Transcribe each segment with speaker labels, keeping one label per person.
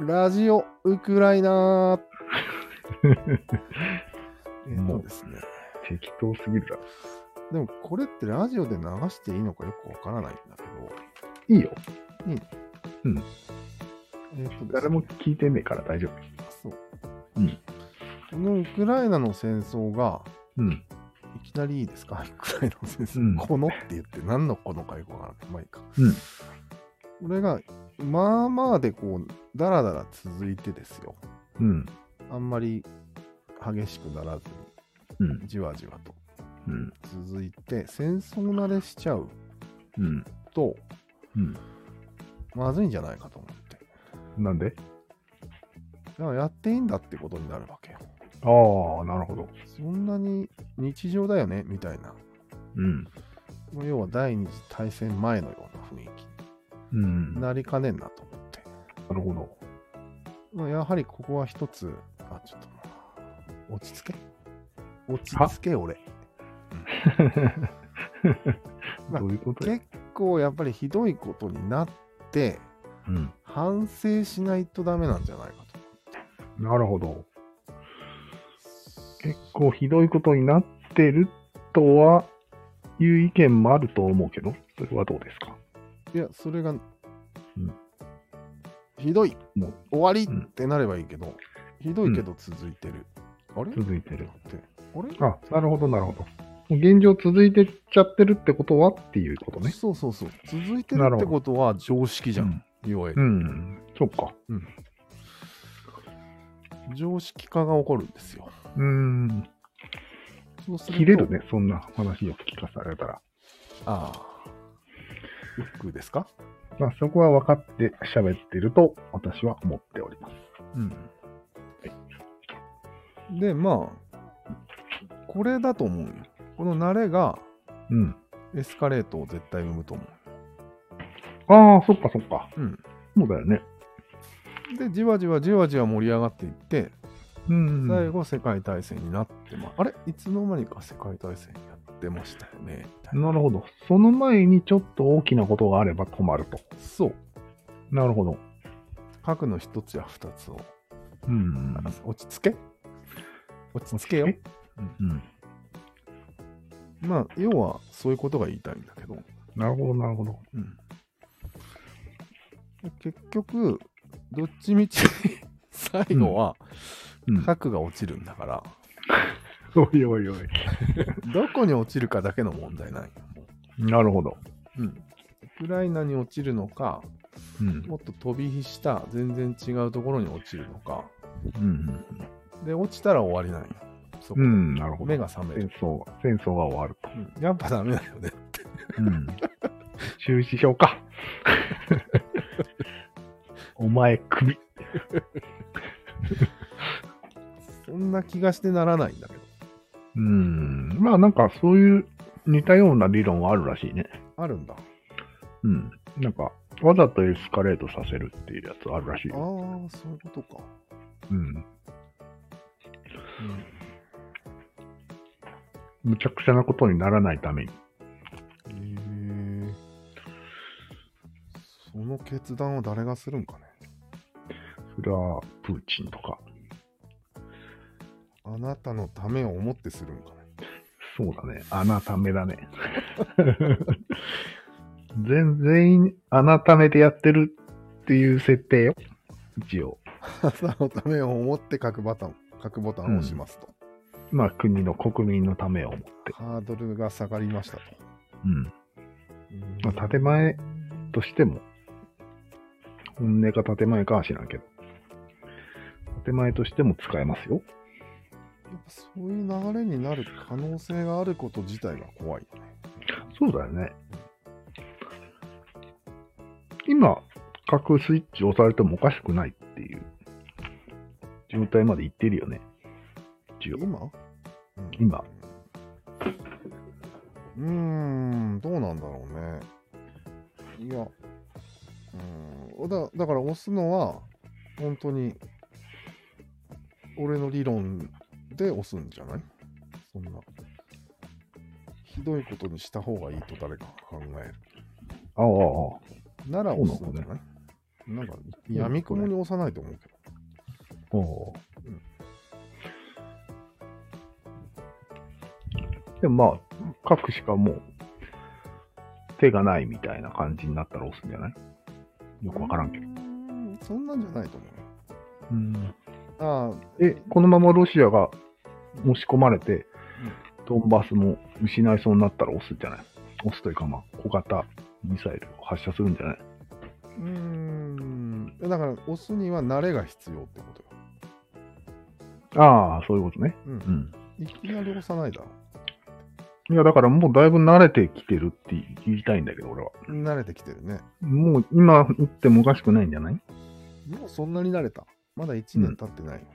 Speaker 1: ラジオウクライナー。 えっ
Speaker 2: も
Speaker 1: と
Speaker 2: う
Speaker 1: ですね。
Speaker 2: 適当すぎるだろ。
Speaker 1: でもこれってラジオで流していいのかよくわからないんだけど。
Speaker 2: いいよ。
Speaker 1: えっとですね
Speaker 2: 誰も聞いてねえから大丈夫。
Speaker 1: そう。
Speaker 2: うん
Speaker 1: このウクライナの戦争が、
Speaker 2: うん。
Speaker 1: いきなりいいですかウクライナの戦争、
Speaker 2: うん
Speaker 1: このって言って何のこのかよくわからない。まあいいか。
Speaker 2: うん
Speaker 1: これが、まあまあでこう、だらだら続いてですよ。
Speaker 2: うん。
Speaker 1: あんまり激しくならず
Speaker 2: うん
Speaker 1: に、。じわじわと
Speaker 2: うん。
Speaker 1: 続いて、戦争慣れしちゃう
Speaker 2: うん。
Speaker 1: と、
Speaker 2: うん。
Speaker 1: まずいんじゃないかと思って。
Speaker 2: なんで
Speaker 1: だからやっていいんだってことになるわけよ。
Speaker 2: ああ、なるほど。
Speaker 1: そんなに日常だよねみたいな。
Speaker 2: うん。
Speaker 1: もう要は第二次大戦前のような雰囲
Speaker 2: うん。
Speaker 1: 気に
Speaker 2: な
Speaker 1: なりかねんなと思って。
Speaker 2: るほど。
Speaker 1: まあやはりここは一つ、あ、ちょっともう、落ち着け。落ち着け、俺。まあ
Speaker 2: どういうことや
Speaker 1: 結構やっぱりひどいことになって、
Speaker 2: うん。
Speaker 1: 反省しないとダメなんじゃないかと。
Speaker 2: なるほど。結構ひどいことになってるとは、いう意見もあると思うけど、それはどうですか
Speaker 1: いや、それが、ひどい、
Speaker 2: もう
Speaker 1: 終わりってなればいいけど、ひどいけど続いてる。あれ
Speaker 2: 続いてる。
Speaker 1: って、あれ
Speaker 2: あ、なるほど、なるほど。もう現状続いてっちゃってるってことはっていうことね。
Speaker 1: そうそうそう。続いてる
Speaker 2: な
Speaker 1: っ
Speaker 2: るほ
Speaker 1: て
Speaker 2: ど
Speaker 1: ことは常識じゃん。いわゆ
Speaker 2: う
Speaker 1: る。
Speaker 2: ん。うん。そっか。
Speaker 1: 常識化が起こるんですよ。
Speaker 2: うーん。
Speaker 1: そうすると
Speaker 2: 切れる。ね、そんな話を聞かされたら。
Speaker 1: ああ。ウックですか
Speaker 2: まあ、そこは分かって喋ってると私は思っております。
Speaker 1: うん。で、まあ、これだと思うよ。この慣れが
Speaker 2: うん。
Speaker 1: エスカレートを絶対生むと思
Speaker 2: ああ、そっかそっか。
Speaker 1: う。うん。
Speaker 2: そうだよね。
Speaker 1: で、じわじわじわじわ盛り上がっていって、
Speaker 2: うん。
Speaker 1: 最後世界大戦になってま、あれいつの間にか世界大戦やってましたよね。みたいな
Speaker 2: なるほど。その前にちょっと大きなことがあれば止まると。
Speaker 1: そう。
Speaker 2: なるほど。
Speaker 1: 核の一つや二つを
Speaker 2: うん。
Speaker 1: 落ち着け落ち着けよ。
Speaker 2: うん。
Speaker 1: まあ、要はそういうことが言いたいんだけど。
Speaker 2: なるほど、なるほど。
Speaker 1: うん、結局、どっち みち最後は
Speaker 2: うん。
Speaker 1: 核が落ちるんだから、
Speaker 2: おいおいおい。
Speaker 1: どこに落ちるかだけの問題ないよ。も
Speaker 2: なるほど。
Speaker 1: ううんウクライナに落ちるのか、
Speaker 2: うん。
Speaker 1: もっと飛び火した全然違うところに落ちるのか、
Speaker 2: うん。
Speaker 1: で、落ちたら終わりなんよ。そこ
Speaker 2: うん。なるほど。
Speaker 1: 目が覚める、
Speaker 2: 戦争は、戦争が終わると。
Speaker 1: うんやっぱダメだよね。
Speaker 2: うん。 中止しようか。 お前、首。
Speaker 1: そんな気がしてならないんだけど。
Speaker 2: うん。まあ、なんかそういう似たような理論はあるらしいね。
Speaker 1: あるんだ。
Speaker 2: うん。なんか、わざとエスカレートさせるっていうやつあるらしい
Speaker 1: ああ、
Speaker 2: よ。
Speaker 1: そういうことか。
Speaker 2: うん。むちゃくちゃなことにならないために。
Speaker 1: へえその決断を誰がするんかね。
Speaker 2: それは、プーチンとか。
Speaker 1: あなたのためを思ってするん かね。
Speaker 2: そうだね。あなためだね。 全全員、あなためでやってるっていう設定よ。一応。
Speaker 1: あなたのためを思って核ボタン、核ボタンを押しますと。
Speaker 2: まあ、国の国民のためを思って。
Speaker 1: ハードルが下がりましたと。
Speaker 2: うん。
Speaker 1: う
Speaker 2: ま
Speaker 1: ん
Speaker 2: あ、建前としても、本音か建前かは知らんけど、建前としても使えますよ。
Speaker 1: やっぱそういう流れになる可能性があること自体が怖いよね。
Speaker 2: そうだよね。今、核スイッチ押されてもおかしくないっていう状態までいってるよね。一応。
Speaker 1: 今、
Speaker 2: 今。
Speaker 1: うーん、どうなんだろうね。いや、うーんだだから押すのは、本当に、俺の理論で押すんじゃないそんな。ひどいことにした方がいいと誰かが考える。
Speaker 2: ああああ、ああ
Speaker 1: なら押すんじゃない
Speaker 2: そうな
Speaker 1: な
Speaker 2: の
Speaker 1: んか、闇雲に押さないと思うけど。
Speaker 2: おー
Speaker 1: うん
Speaker 2: でもまあ、書くしかもう、手がないみたいな感じになったら押すんじゃないよくわからんけど。
Speaker 1: うんそんなんじゃないと思う。
Speaker 2: うん、
Speaker 1: あ
Speaker 2: え、このままロシアが押し込まれて、ドンバスも失いそうになったら押すんじゃない押すというか、まあ、小型ミサイルを発射するんじゃない
Speaker 1: あ、うーん。だから、押すには慣れが必要ってことよ。
Speaker 2: ああ、そういうことね。
Speaker 1: う。
Speaker 2: うんん。
Speaker 1: いきなり押さないだろ。
Speaker 2: いや、だからもうだいぶ慣れてきてるって言いたいんだけど、俺は。
Speaker 1: 慣れてきてるね。
Speaker 2: もう今打ってもおかしくないんじゃない
Speaker 1: もうそんなに慣れた。まだ1年経ってないよ。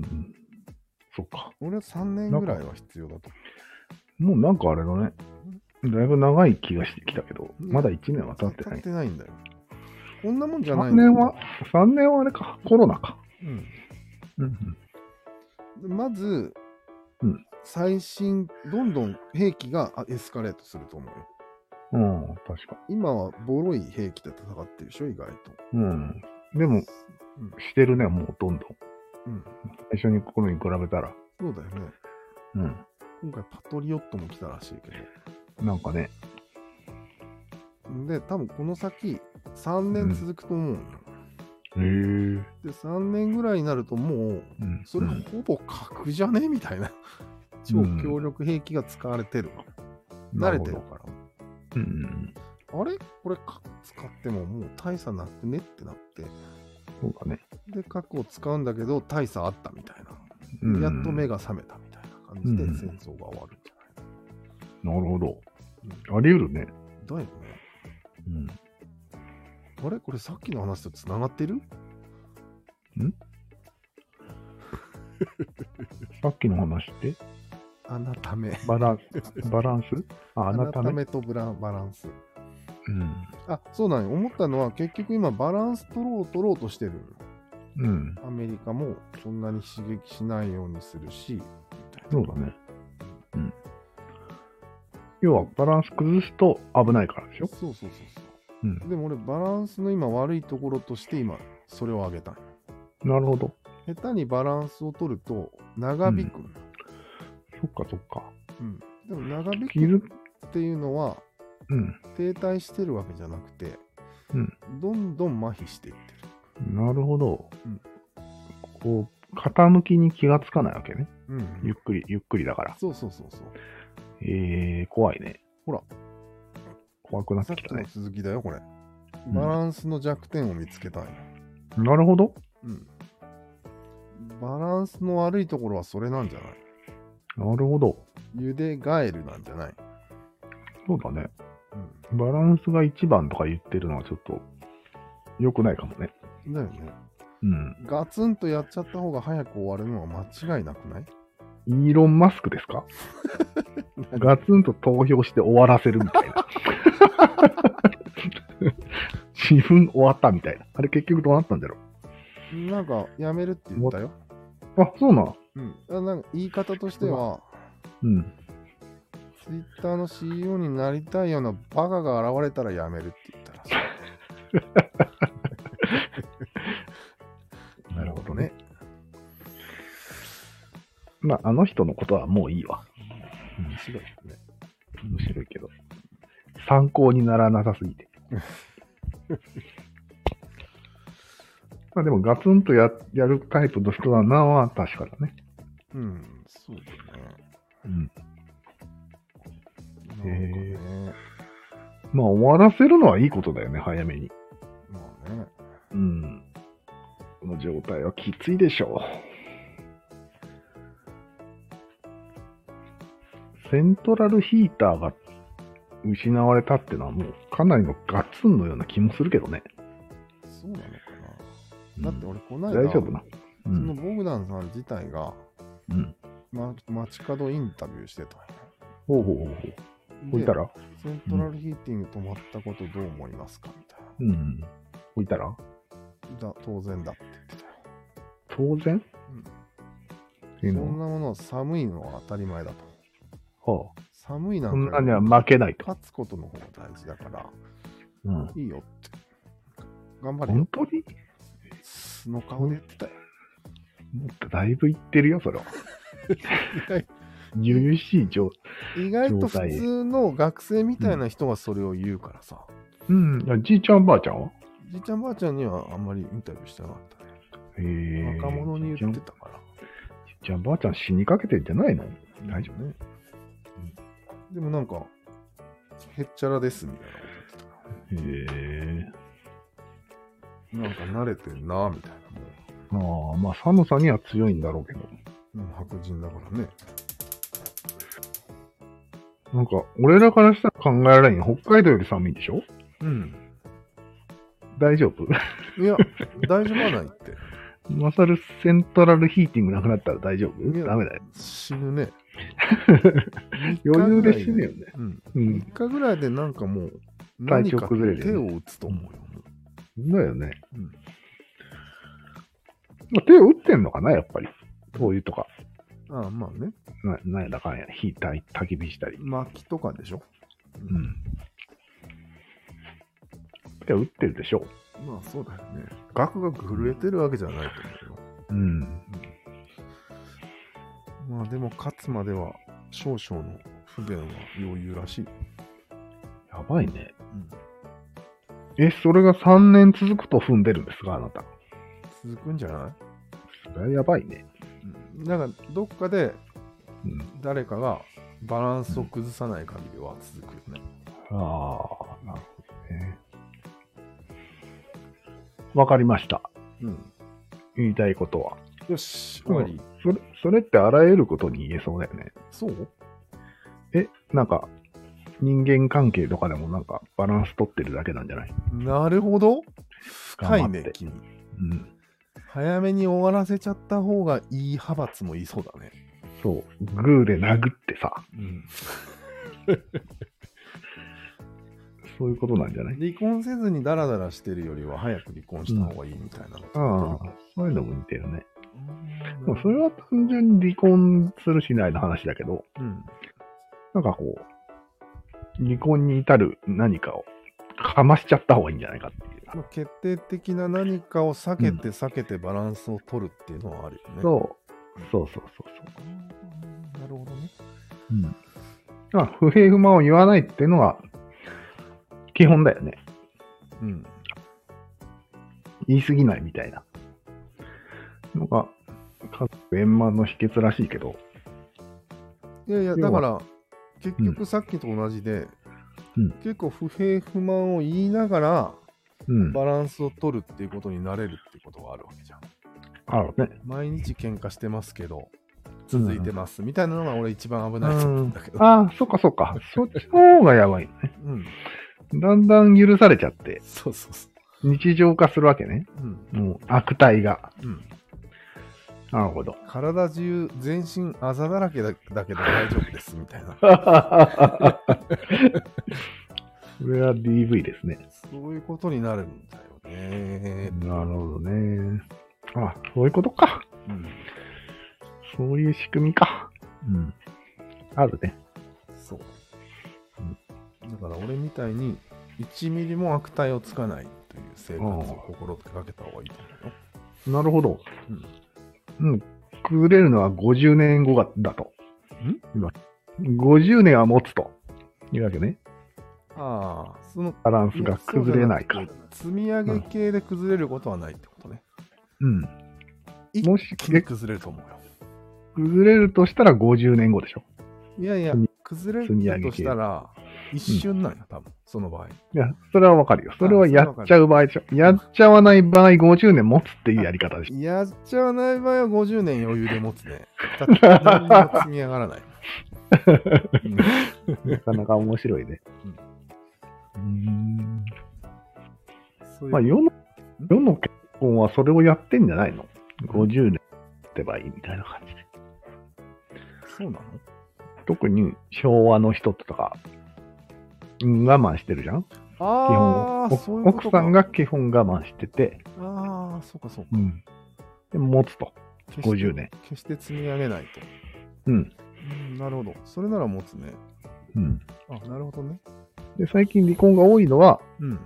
Speaker 2: うん。そっか。
Speaker 1: 俺は3年ぐらいは必要だと。
Speaker 2: もうなんかあれだね。だいぶ長い気がしてきたけど、
Speaker 1: うん
Speaker 2: まだ1年は経ってない。
Speaker 1: んだよ。こんなもんじゃな
Speaker 2: 3
Speaker 1: いんだよ
Speaker 2: 年は、3年はあれか、コロナか。
Speaker 1: うん
Speaker 2: うん
Speaker 1: でまず、
Speaker 2: うん
Speaker 1: 最新、どんどん兵器があエスカレートすると思うよ。
Speaker 2: うん。うん、確か。
Speaker 1: 今はボロい兵器で戦ってるでしょ、意外と。
Speaker 2: うん。でも、してるね、もうどんどん。
Speaker 1: うん、
Speaker 2: 最初に頃に比べたら。
Speaker 1: そうだよね。
Speaker 2: うん。
Speaker 1: 今回パトリオットも来たらしいけ
Speaker 2: なんかね、
Speaker 1: ど。で、多分この先、3年続くと思うのよ、
Speaker 2: へえ。うん。
Speaker 1: で、3年ぐらいになるともう、それほぼ核じゃねみたいな。超強力兵器が使われてる。慣れてる
Speaker 2: なる
Speaker 1: から。
Speaker 2: ほどうん。
Speaker 1: あれこれ核使ってももう大差なくねってなって。
Speaker 2: そうだね。
Speaker 1: で、核を使うんだけど大差あったみたいな。
Speaker 2: うん
Speaker 1: やっと目が覚めたみたいな感じで
Speaker 2: うん
Speaker 1: 戦争が終わるんじゃない
Speaker 2: なるほど。あり得るね。
Speaker 1: だよね。
Speaker 2: うん。
Speaker 1: あれこれさっきの話とつながってる
Speaker 2: さっきの話って
Speaker 1: あなため。
Speaker 2: バランスバランス あ、あなた
Speaker 1: た
Speaker 2: ね。
Speaker 1: めとブラバランス。
Speaker 2: うん。
Speaker 1: あ、そうなんよ。思ったのは結局今バランス取ろう取ろうとしてるのよ。
Speaker 2: うん。
Speaker 1: アメリカもそんなに刺激しないようにするし、
Speaker 2: そうだね。うん。要は、バランス崩すと危ないからでし
Speaker 1: そうそう
Speaker 2: ょ
Speaker 1: そう
Speaker 2: う
Speaker 1: そ
Speaker 2: ん。
Speaker 1: う。でも俺バランスの今悪いところとして今それを挙げたんよ
Speaker 2: なるほど。
Speaker 1: 下手にバランスを取ると長引くのよ、
Speaker 2: そっかそっか。
Speaker 1: うんでも長引
Speaker 2: 気
Speaker 1: く
Speaker 2: づ
Speaker 1: っていうのは
Speaker 2: うん。
Speaker 1: 停滞してるわけじゃなくて、
Speaker 2: うん
Speaker 1: どんどん麻痺していって
Speaker 2: なるほど。
Speaker 1: うん
Speaker 2: こう、傾きに気がつかないわけね。
Speaker 1: る、うん
Speaker 2: ゆっくり、ゆっくりだから。
Speaker 1: そうそうそうそう
Speaker 2: えー、怖いね。
Speaker 1: ほら
Speaker 2: 怖くなっ
Speaker 1: さ
Speaker 2: て
Speaker 1: っ
Speaker 2: き
Speaker 1: き
Speaker 2: た
Speaker 1: の
Speaker 2: ね。
Speaker 1: 続きだよこれ
Speaker 2: うん
Speaker 1: バランスの弱点を見つけたい、
Speaker 2: なるほど。
Speaker 1: うんバランスの悪いところはそれなんじゃない
Speaker 2: なるほど。
Speaker 1: ゆでガエルなんじゃない、
Speaker 2: そうだね。
Speaker 1: うん
Speaker 2: バランスが一番とか言ってるのはちょっと良くないかもね。
Speaker 1: だよね。
Speaker 2: うん。
Speaker 1: ガツンとやっちゃった方が早く終わるのは間違いなくない
Speaker 2: イーロン・マスクで すかガツンと投票して終わらせるみたいな。 自分終わったみたいな。あれ結局どうなったんだろ
Speaker 1: なんか、やめるって言ったよ。
Speaker 2: う。あ、そうな。
Speaker 1: うん。あなんか言い方としては、
Speaker 2: うん。
Speaker 1: ツイッターの CEO になりたいようなバカが現れたらやめるって言ったらしい。
Speaker 2: なるほどね。まあ、あの人のことはもういいわ。
Speaker 1: 面白いね。
Speaker 2: 面白いけど。参考にならなさす ぎて。まあでもガツンとややるタイプの人だなは確かだね。
Speaker 1: うん、そう
Speaker 2: うん。
Speaker 1: だね。なんかね。
Speaker 2: まあ終わらせるのはいいことだよね、早めに。
Speaker 1: まあね。
Speaker 2: うん。この状態はきついでしょう。セントラルヒーターが失われたってのはもうかなりのガツンのような気もするけどね。
Speaker 1: そうなのか
Speaker 2: うん
Speaker 1: な。だって俺、この間、
Speaker 2: 大丈夫な。う
Speaker 1: その
Speaker 2: ん。
Speaker 1: ボグダンさん自体が、
Speaker 2: うん。
Speaker 1: ま、街角インタビューしてたんよ
Speaker 2: ほうほうほうほう。置いたら
Speaker 1: セントラルヒーティング止まったことどう思いますかみたいな。
Speaker 2: うん。置いたら
Speaker 1: だ当然だって言ってたよ。
Speaker 2: 当然って
Speaker 1: そ
Speaker 2: いうんの
Speaker 1: なものは寒いのは当たり前だと。
Speaker 2: は
Speaker 1: 寒い
Speaker 2: あ、
Speaker 1: な
Speaker 2: そん
Speaker 1: ん
Speaker 2: な
Speaker 1: か
Speaker 2: に
Speaker 1: よ
Speaker 2: は負けないと。
Speaker 1: 勝つことの方が大事だから、
Speaker 2: うん。
Speaker 1: いいよって。頑張れよ
Speaker 2: 本。当に
Speaker 1: 素の顔で言ってたよ。
Speaker 2: もっとだいぶ言ってるよ、それは。
Speaker 1: 意 外
Speaker 2: 由々しい情。
Speaker 1: 意外と
Speaker 2: 状
Speaker 1: 普
Speaker 2: 態
Speaker 1: 通の学生みたいな人がそれを言うからさ。
Speaker 2: うん。いやじいちゃんばあちゃんは
Speaker 1: じいちゃんばあちゃんにはあんまりインタビューしてなかったね。
Speaker 2: へえ。
Speaker 1: 若者に言って
Speaker 2: じ
Speaker 1: たから。
Speaker 2: いちゃんばあちゃん死にかけてんじゃないの大丈夫
Speaker 1: ね。でもなんか、へっちゃらですみたいなこと言ってたか
Speaker 2: へえ。
Speaker 1: ら。なんか慣れてんな、みたいな。も
Speaker 2: ああ、まあ寒さには強いんだろうけど。
Speaker 1: うもう白人だからね。
Speaker 2: なんか、俺らからしたら考えられんよ。北海道より寒いんでしょ
Speaker 1: うん。
Speaker 2: 大丈夫
Speaker 1: いや、大丈夫はないって。
Speaker 2: マサルセントラルヒーティングなくなったら大丈夫
Speaker 1: いや
Speaker 2: ダメだよ。
Speaker 1: 死ぬね。
Speaker 2: 余裕で死ねよね。
Speaker 1: うん。
Speaker 2: うん。
Speaker 1: 3日ぐらいでなんかもう、
Speaker 2: 体調崩れるよ
Speaker 1: 何
Speaker 2: ね
Speaker 1: か手を打つと思うよ。
Speaker 2: だよね。
Speaker 1: うん
Speaker 2: まあ、手を打ってんのかな、やっぱり。灯油とか。
Speaker 1: ああ、まあね。
Speaker 2: ななんやだかんや。火たい、焚き火したり。
Speaker 1: 薪とかでしょ。う
Speaker 2: う。ん。手を打ってるでしょ
Speaker 1: まあそうだよね。額が震えてるわけじゃないと思うよ。
Speaker 2: う。うん。
Speaker 1: まあでも勝つまでは少々の不便は余裕らしい。
Speaker 2: やばいね。
Speaker 1: うん
Speaker 2: え、それが3年続くと踏んでるんですか、あなた。
Speaker 1: 続くんじゃない
Speaker 2: それはやばいね。
Speaker 1: なんかどっかで
Speaker 2: うん。
Speaker 1: 誰かがバランスを崩さない限りは続くよね。
Speaker 2: ああ、なるほどね。わかりました。
Speaker 1: うん。
Speaker 2: 言いたいことは。
Speaker 1: よし、終わり。
Speaker 2: それ、それってあらゆることに言えそうだよね。
Speaker 1: そう
Speaker 2: え、なんか、人間関係とかでもなんかバランス取ってるだけなんじゃない
Speaker 1: なるほど。深い
Speaker 2: 頑張って
Speaker 1: ね、君。
Speaker 2: うん。
Speaker 1: 早めに終わらせちゃった方がいい派閥もいそうだね。
Speaker 2: そう。グーで殴ってさ、
Speaker 1: うん。
Speaker 2: そういうことなんじゃない
Speaker 1: 離婚せずにダラダラしてるよりは早く離婚した方がいいみたいなの
Speaker 2: ああ、そういうのも似てるね。
Speaker 1: うん
Speaker 2: でもそれは単純に離婚するしないの話だけど、
Speaker 1: うん。
Speaker 2: なんかこう、離婚に至る何かをかましちゃった方がいいんじゃないかっていう。
Speaker 1: まあ、決定的な何かを避けて避けてバランスを取るっていうのはあるよね。
Speaker 2: そう。そうそうそうそう。
Speaker 1: うんなるほどね。
Speaker 2: うん。まあ、不平不満を言わないっていうのは、基本だよね。
Speaker 1: うん。
Speaker 2: 言い過ぎないみたいな。のが、家族円満の秘訣らしいけど、
Speaker 1: いやいや、
Speaker 2: 要
Speaker 1: だ
Speaker 2: は
Speaker 1: から、結局さっきと同じで、
Speaker 2: うん
Speaker 1: 結構不平不満を言いながら
Speaker 2: うん。
Speaker 1: バランスを取るっていうことになれるっていうことがあるわけじゃん。
Speaker 2: あるね。
Speaker 1: 毎日喧嘩してますけど、続いてますみたいなのが俺一番危ないと思うんだけど。
Speaker 2: ああ、そっかそっか。そっちの方がやばいね。
Speaker 1: うん。
Speaker 2: だんだん許されちゃって、
Speaker 1: そうそうそ
Speaker 2: 日常化するわけね。
Speaker 1: う。うん。
Speaker 2: もう、悪態が。
Speaker 1: うん。
Speaker 2: なるほど。
Speaker 1: 体中、全身あざだらけだだけど大丈夫ですみたいな。
Speaker 2: これは DV ですね。
Speaker 1: そういうことになるんだよね。
Speaker 2: なるほどね。あ、そういうことか。
Speaker 1: うん。
Speaker 2: そういう仕組みか。うん。あるね。
Speaker 1: そう。だから俺みたいに1ミリも悪態をつかないという生活を心がけた方がいいと思うよ。
Speaker 2: なるほど。うん。崩れるのは50年後がだと。
Speaker 1: ん
Speaker 2: 今。50年は持つと。いうわけね。
Speaker 1: ああ、その
Speaker 2: バランスが崩れないか。
Speaker 1: やそうじゃくて積み上げ系で崩れることはないってことね。
Speaker 2: うん。
Speaker 1: 一
Speaker 2: もし、
Speaker 1: 気に
Speaker 2: え
Speaker 1: 崩れると思うよ。
Speaker 2: 崩れるとしたら50年後でしょ。
Speaker 1: いやいや
Speaker 2: 積み、
Speaker 1: 崩れ
Speaker 2: 積み上
Speaker 1: る
Speaker 2: げ
Speaker 1: と
Speaker 2: 系
Speaker 1: したら一瞬なんよ、多分その場合。
Speaker 2: いや、それはわかるよ。それ
Speaker 1: あ
Speaker 2: は
Speaker 1: それ
Speaker 2: や
Speaker 1: はわか
Speaker 2: っ
Speaker 1: る
Speaker 2: ちゃう場合でしょ。やっちゃわない場合50年持つっていうやり方でしょ。
Speaker 1: やっちゃわない場合は50年余裕で持つね。だって 何にも積み上がらない。うん
Speaker 2: なかなか面白いね。うーん。
Speaker 1: そういう
Speaker 2: まあ、世の、世の結婚はそれをやってんじゃないの ?50 年ってばいいみたいな感じで。
Speaker 1: そうなの
Speaker 2: 特に昭和の人とか、うん我慢してるじゃん基
Speaker 1: あ
Speaker 2: 本
Speaker 1: あ、そういう
Speaker 2: お
Speaker 1: ことか
Speaker 2: 奥さんが基本我慢してて、
Speaker 1: ああ、そうかそうか。
Speaker 2: うん。で、持つと。
Speaker 1: 決して
Speaker 2: 50年。
Speaker 1: 決して積み上げないと。
Speaker 2: うん。
Speaker 1: うん、なるほど。それなら持つね。
Speaker 2: うん。
Speaker 1: あなるほどね。
Speaker 2: で、最近離婚が多いのは、
Speaker 1: うん。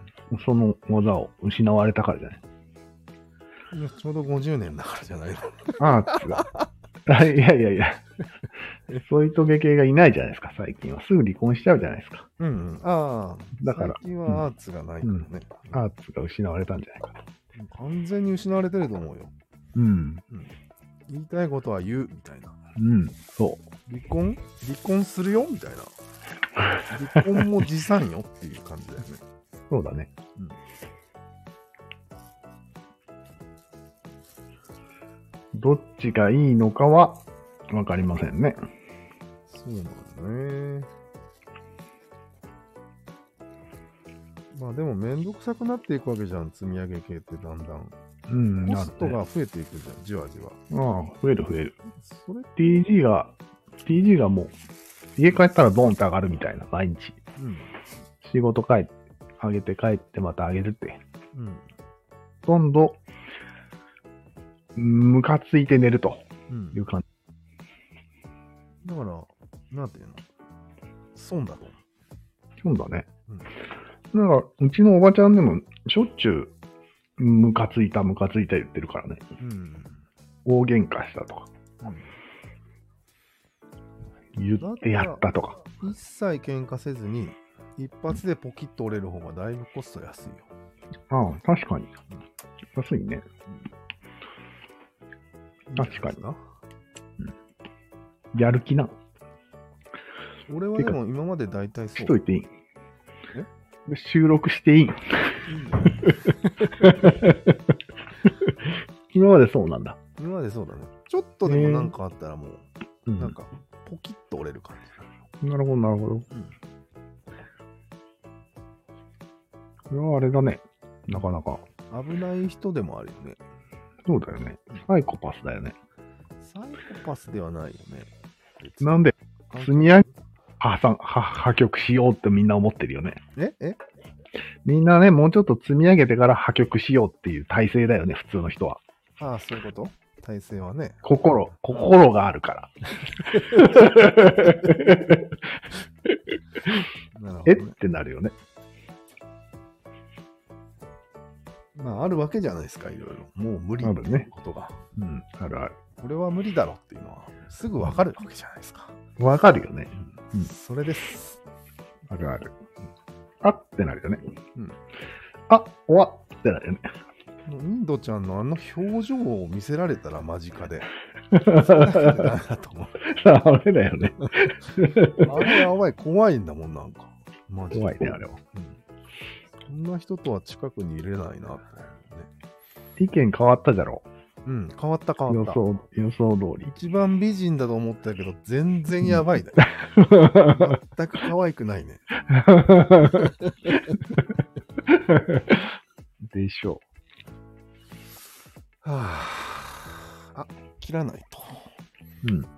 Speaker 2: その技を失われたからじゃない。
Speaker 1: いやちょうど50年だからじゃないの。
Speaker 2: ああ、違う。あいやいやいや。そういうトゲ系がいないじゃないですか、最近は。すぐ離婚しちゃうじゃないですか。
Speaker 1: うん、うん。ああ。
Speaker 2: だから
Speaker 1: 最近はアーツがないからね。
Speaker 2: アーツが失われたんじゃないかと。
Speaker 1: 完全に失われてると思うよ。
Speaker 2: うん。
Speaker 1: 言いたいことは言うみたいな。
Speaker 2: うん。そう。
Speaker 1: 離婚離婚するよみたいな。離婚も辞さんよっていう感じだよね。
Speaker 2: そうだね。
Speaker 1: うん
Speaker 2: どっちがいいのかは、わかりませんね。
Speaker 1: そうなんだね。まあでもめんどくさくなっていくわけじゃん、積み上げ系ってだんだん。
Speaker 2: うん。
Speaker 1: コスト
Speaker 2: なる
Speaker 1: が
Speaker 2: ね。
Speaker 1: 増えていくじゃん、じわじわ。
Speaker 2: ああ、増える増える。
Speaker 1: それ、
Speaker 2: TG が、TG がもう、家帰ったらドンって上がるみたいな、毎日。
Speaker 1: うん、
Speaker 2: 仕事帰って、上げて帰ってまた上げるって。
Speaker 1: うん、
Speaker 2: ほとんど、ムカついて寝ると
Speaker 1: うん
Speaker 2: い。う感じ。
Speaker 1: だから、なんていうの損だと思
Speaker 2: そうだね。なんか、うちのおばちゃんでも、しょっちゅう、ムカついた、ムカついた言ってるからね。
Speaker 1: う。うん。
Speaker 2: 大喧嘩したとか、
Speaker 1: うん
Speaker 2: 言ってやったとか。
Speaker 1: 一切喧嘩せずに、一発でポキッと折れる方がだいぶコスト安いよ。
Speaker 2: ああ、確かに。安いね。確かに
Speaker 1: な。
Speaker 2: やる気な。
Speaker 1: 俺はでも今まで大体そう。
Speaker 2: しといていい。で収録して いい。
Speaker 1: うん
Speaker 2: 今までそうなんだ。
Speaker 1: 今までそうだね。ちょっとでもなんかあったらもう、
Speaker 2: うん、
Speaker 1: なんか、ポキッと折れる感
Speaker 2: なるほど、なるほど。
Speaker 1: うん
Speaker 2: これはあれだね。なかなか。
Speaker 1: じ。危ない人でもあるよね。
Speaker 2: そうだよね。サイコパスだよね。
Speaker 1: サイコパスではないよね。別に
Speaker 2: なんで、
Speaker 1: 関係
Speaker 2: 積み上げ、破産、破破局しようってみんな思ってるよね。
Speaker 1: ええ
Speaker 2: みんなね、もうちょっと積み上げてから破局しようっていう体制だよね、普通の人は。
Speaker 1: ああ、そういうこと体制はね。
Speaker 2: 心、心があ るから。
Speaker 1: なるほ
Speaker 2: えっ
Speaker 1: ど、ね。
Speaker 2: てなるよね。
Speaker 1: まあ、あるわけじゃないですか、いろいろ。もう無理
Speaker 2: あるね
Speaker 1: ことが。
Speaker 2: うん、あるある。
Speaker 1: これは無理だろっていうのは、すぐわかるわけじゃないですか。
Speaker 2: わかるよね。うん
Speaker 1: それです。
Speaker 2: あるある。あってなるよね。
Speaker 1: うん
Speaker 2: あ、終わってなるよね。
Speaker 1: もうインドちゃんのあの表情を見せられたら間近 で。
Speaker 2: ダ
Speaker 1: だと思う。
Speaker 2: メだよね。
Speaker 1: あれやばい、怖いんだもん、なんか。マジで
Speaker 2: 怖いね、あれは。
Speaker 1: そんな人とは近くにいれないなと思うね。
Speaker 2: 意見変わったじゃろ。
Speaker 1: うん、変わった変わ
Speaker 2: 予
Speaker 1: った。
Speaker 2: 想、予想 通り。
Speaker 1: 一番美人だと思ったけど、全然やばいね。全く可愛くないね。
Speaker 2: でしょ
Speaker 1: はあ、あ、切らないと。
Speaker 2: う。うん。